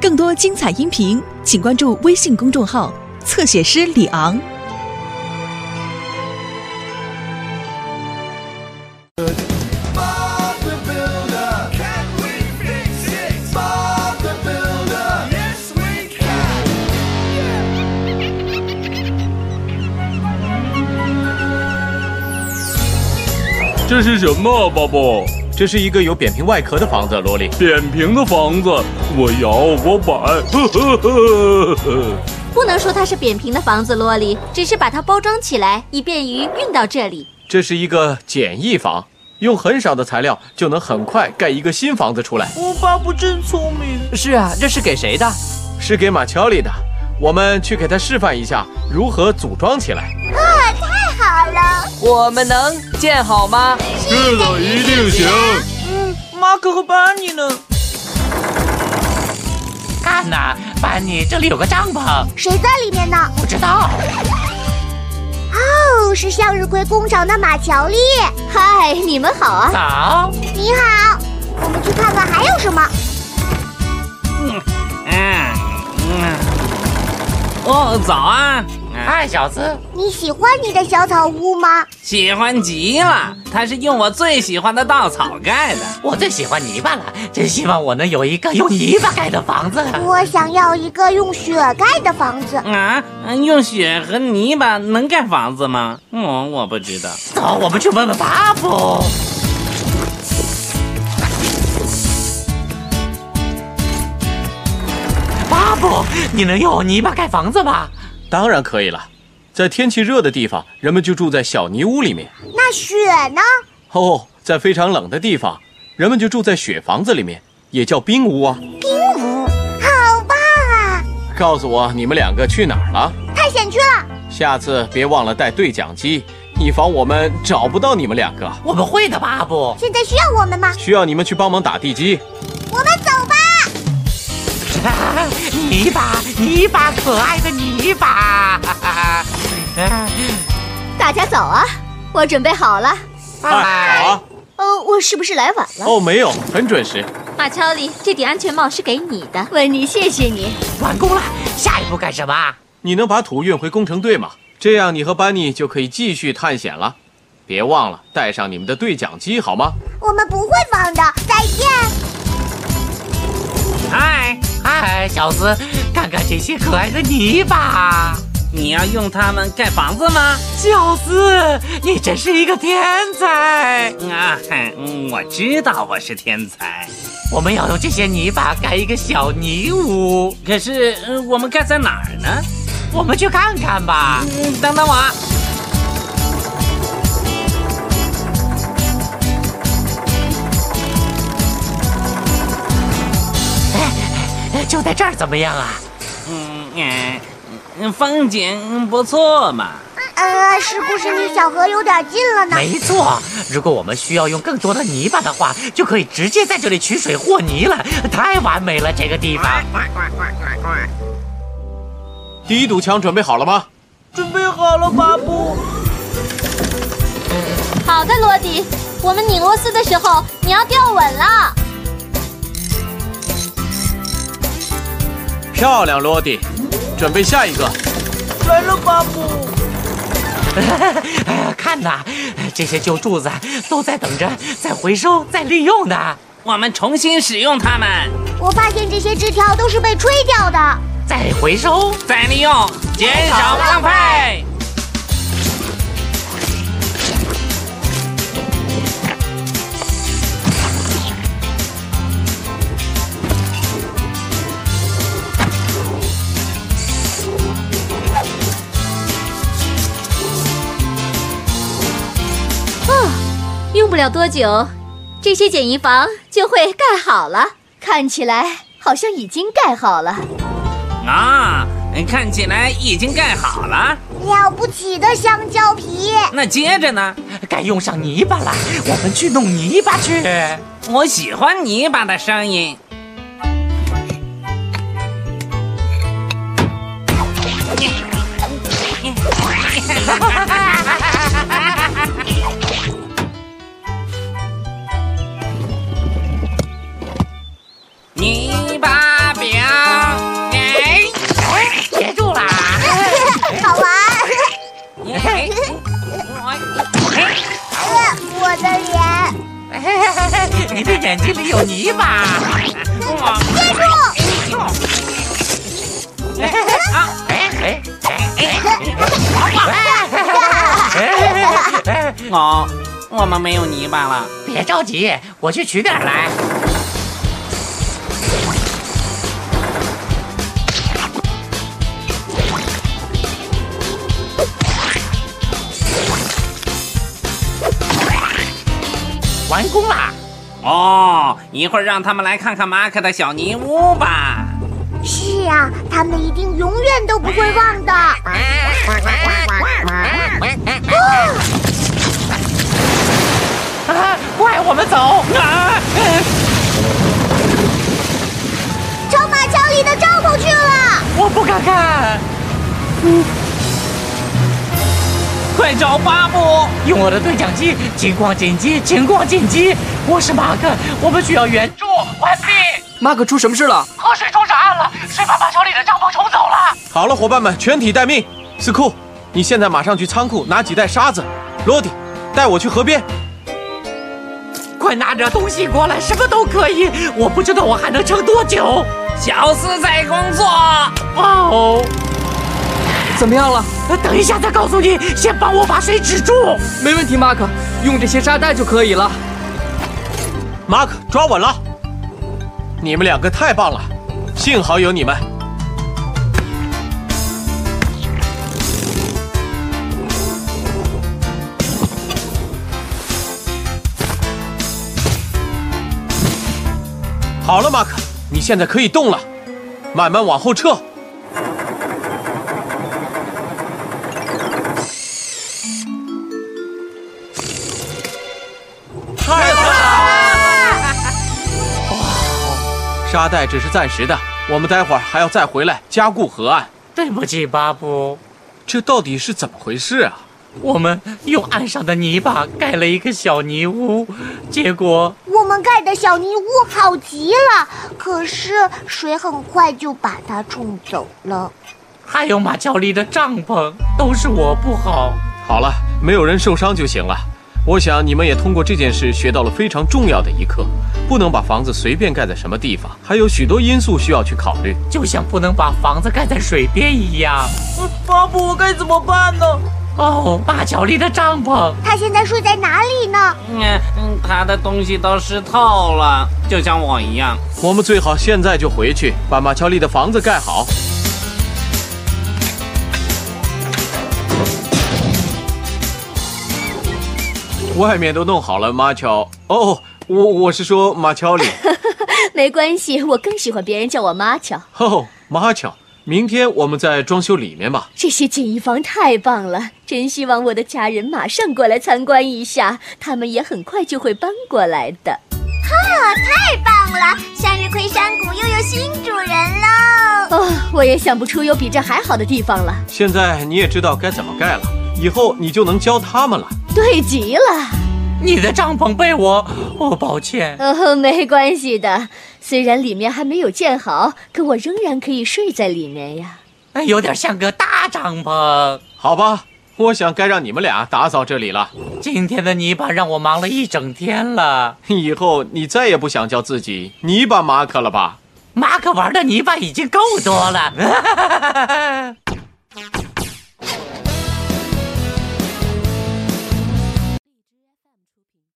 更多精彩音频，请关注微信公众号“侧写师李昂”。 Bob the Builder. Can we fix it? Bob the Builder. Yes, we can. 这是什么啊，巴布？这是一个有扁平外壳的房子，萝莉。扁平的房子，我摇，我摆，呵呵呵呵。不能说它是扁平的房子，洛里，只是把它包装起来，以便于运到这里。这是一个简易房，用很少的材料就能很快盖一个新房子出来。我爸不真聪明。是啊，这是给谁的？是给马乔里的，我们去给他示范一下如何组装起来。我们能建好吗？是的，一定行。马可和班尼呢？看呐、班尼，啊这里有个帐篷，谁在里面呢？不知道。哦，是向日葵工厂的哦马乔丽。嗨，你们好啊！早，你好，我们去看看还有什么。嗯哦，早啊！嗨，哎小子，你喜欢你的小草屋吗？喜欢极了，它是用我最喜欢的稻草盖的。我最喜欢泥巴了，真希望我能有一个用泥巴盖的房子。我想要一个用雪盖的房子。啊，用雪和泥巴能盖房子吗？嗯，我不知道。走，我们去问问巴布。巴布，你能用泥巴盖房子吗？当然可以了，在天气热的地方，人们就住在小泥屋里面。那雪呢？哦，在非常冷的地方，人们就住在雪房子里面，也叫冰屋啊。好棒啊！告诉我，你们两个去哪儿了？探险去了。下次别忘了带对讲机，以防我们找不到你们两个。我们会的，巴布。现在需要我们吗？需要你们去帮忙打地基。我们走吧。啊泥巴，泥巴，可爱的泥巴。大家早啊！我准备好了。拜哎，好、啊。哦，我是不是来晚了？哦，没有，很准时。马乔里，这顶安全帽是给你的，温妮，谢谢你。完工了，下一步干什么？你能把土运回工程队吗？这样你和班尼就可以继续探险了。别忘了带上你们的对讲机，好吗？我们不会忘的。再见。嗨，嗨，小子，看看这些可爱的泥巴。你要用它们盖房子吗？小子，你真是一个天才！啊，嘿嗯我知道我是天才，我们要用这些泥巴盖一个小泥屋，可是、呃我们盖在哪儿呢？我们去看看吧。嗯，等等我啊。哎就在这儿怎么样啊？嗯嗯嗯，风景不错嘛。呃，是不是离小河有点近了呢？没错，如果我们需要用更多的泥巴的话，就可以直接在这里取水和泥了，太完美了这个地方。第一堵墙准备好了吗？准备好了，巴布。好的，罗迪，我们拧螺丝的时候你要吊稳了。漂亮，罗迪，准备下一个。来了，巴布。哎呀看呐，这些旧柱子都在等着再回收、再利用呢。我们重新使用它们，我发现这些枝条都是被吹掉的。再回收，再利用，哦减少浪费。用不了多久，这些简易房就会盖好了。看起来好像已经盖好了。啊，看起来已经盖好了。了不起的香 蕉皮，那接着呢？该用上泥巴了，我们去弄泥巴去。 我喜欢泥巴的声音。泥巴饼，哎，截住啦！好玩。哎呃我的脸，你的眼睛里有泥巴。接住！哎哎哎哎哎！哦，我们没有泥巴了。别着急，我去取点来。 完工啦！哦，一会儿让他们来看看马可的小泥屋吧。是啊，他们一定永远都不会忘的。啊，快，我们走！啊，朝马桥里的帐篷去了。我不敢看，嗯快找巴布！用我的对讲机，情况紧急，情况紧急！我是马克，我们需要援助。完毕，马可出什么事了？河水冲上岸了，水把马桥里的帐篷冲走了。好了，伙伴们，全体待命。斯库，你现在马上去仓库拿几袋沙子。罗迪，带我去河边。快拿点东西过来，什么都可以。我不知道我还能撑多久。小斯在工作。哇哦！怎么样了？呃等一下再告诉你，先帮我把水止住。没问题，马可，用这些沙袋就可以了。马可，抓稳了！你们两个太棒了，幸好有你们。好了，马可，你现在可以动了，慢慢往后撤。太棒了！哇，沙袋只是暂时的，我们待会儿还要再回来加固河岸。对不起，巴布，这到底是怎么回事啊？我们用岸上的泥巴盖了一个小泥屋，结果我们盖的小泥屋好极了，可是水很快就把它冲走了。还有马桥里的帐篷，都是我不好。好了，没有人受伤就行了。我想你们也通过这件事学到了非常重要的一课：不能把房子随便盖在什么地方，还有许多因素需要去考虑。就像不能把房子盖在水边一样。呃巴布，我该怎么办呢？哦，马桥里的帐篷，他现在睡在哪里呢？嗯嗯，他的东西都湿透了，就像我一样。我们最好现在就回去，把马乔丽的房子盖好。外面都弄好了，马乔。哦，我我是说马乔里。 没关系，我更喜欢别人叫我妈乔。哦，马乔，明天我们再装修里面吧。这些简易房太棒了，真希望我的家人马上过来参观一下，他们也很快就会搬过来的。太棒了，向日葵山谷又有新主人喽！哦，我也想不出有比这还好的地方了，现在你也知道该怎么盖了，以后你就能教他们了。对极了。你的帐篷被我……哦，抱歉。哦，没关系的，虽然里面还没有建好，可我仍然可以睡在里面呀。哎有点像个大帐篷。好吧，我想该让你们俩打扫这里了。今天的泥巴让我忙了一整天了。以后你再也不想叫自己泥巴马可了吧？ 马可玩的泥巴已经够多了。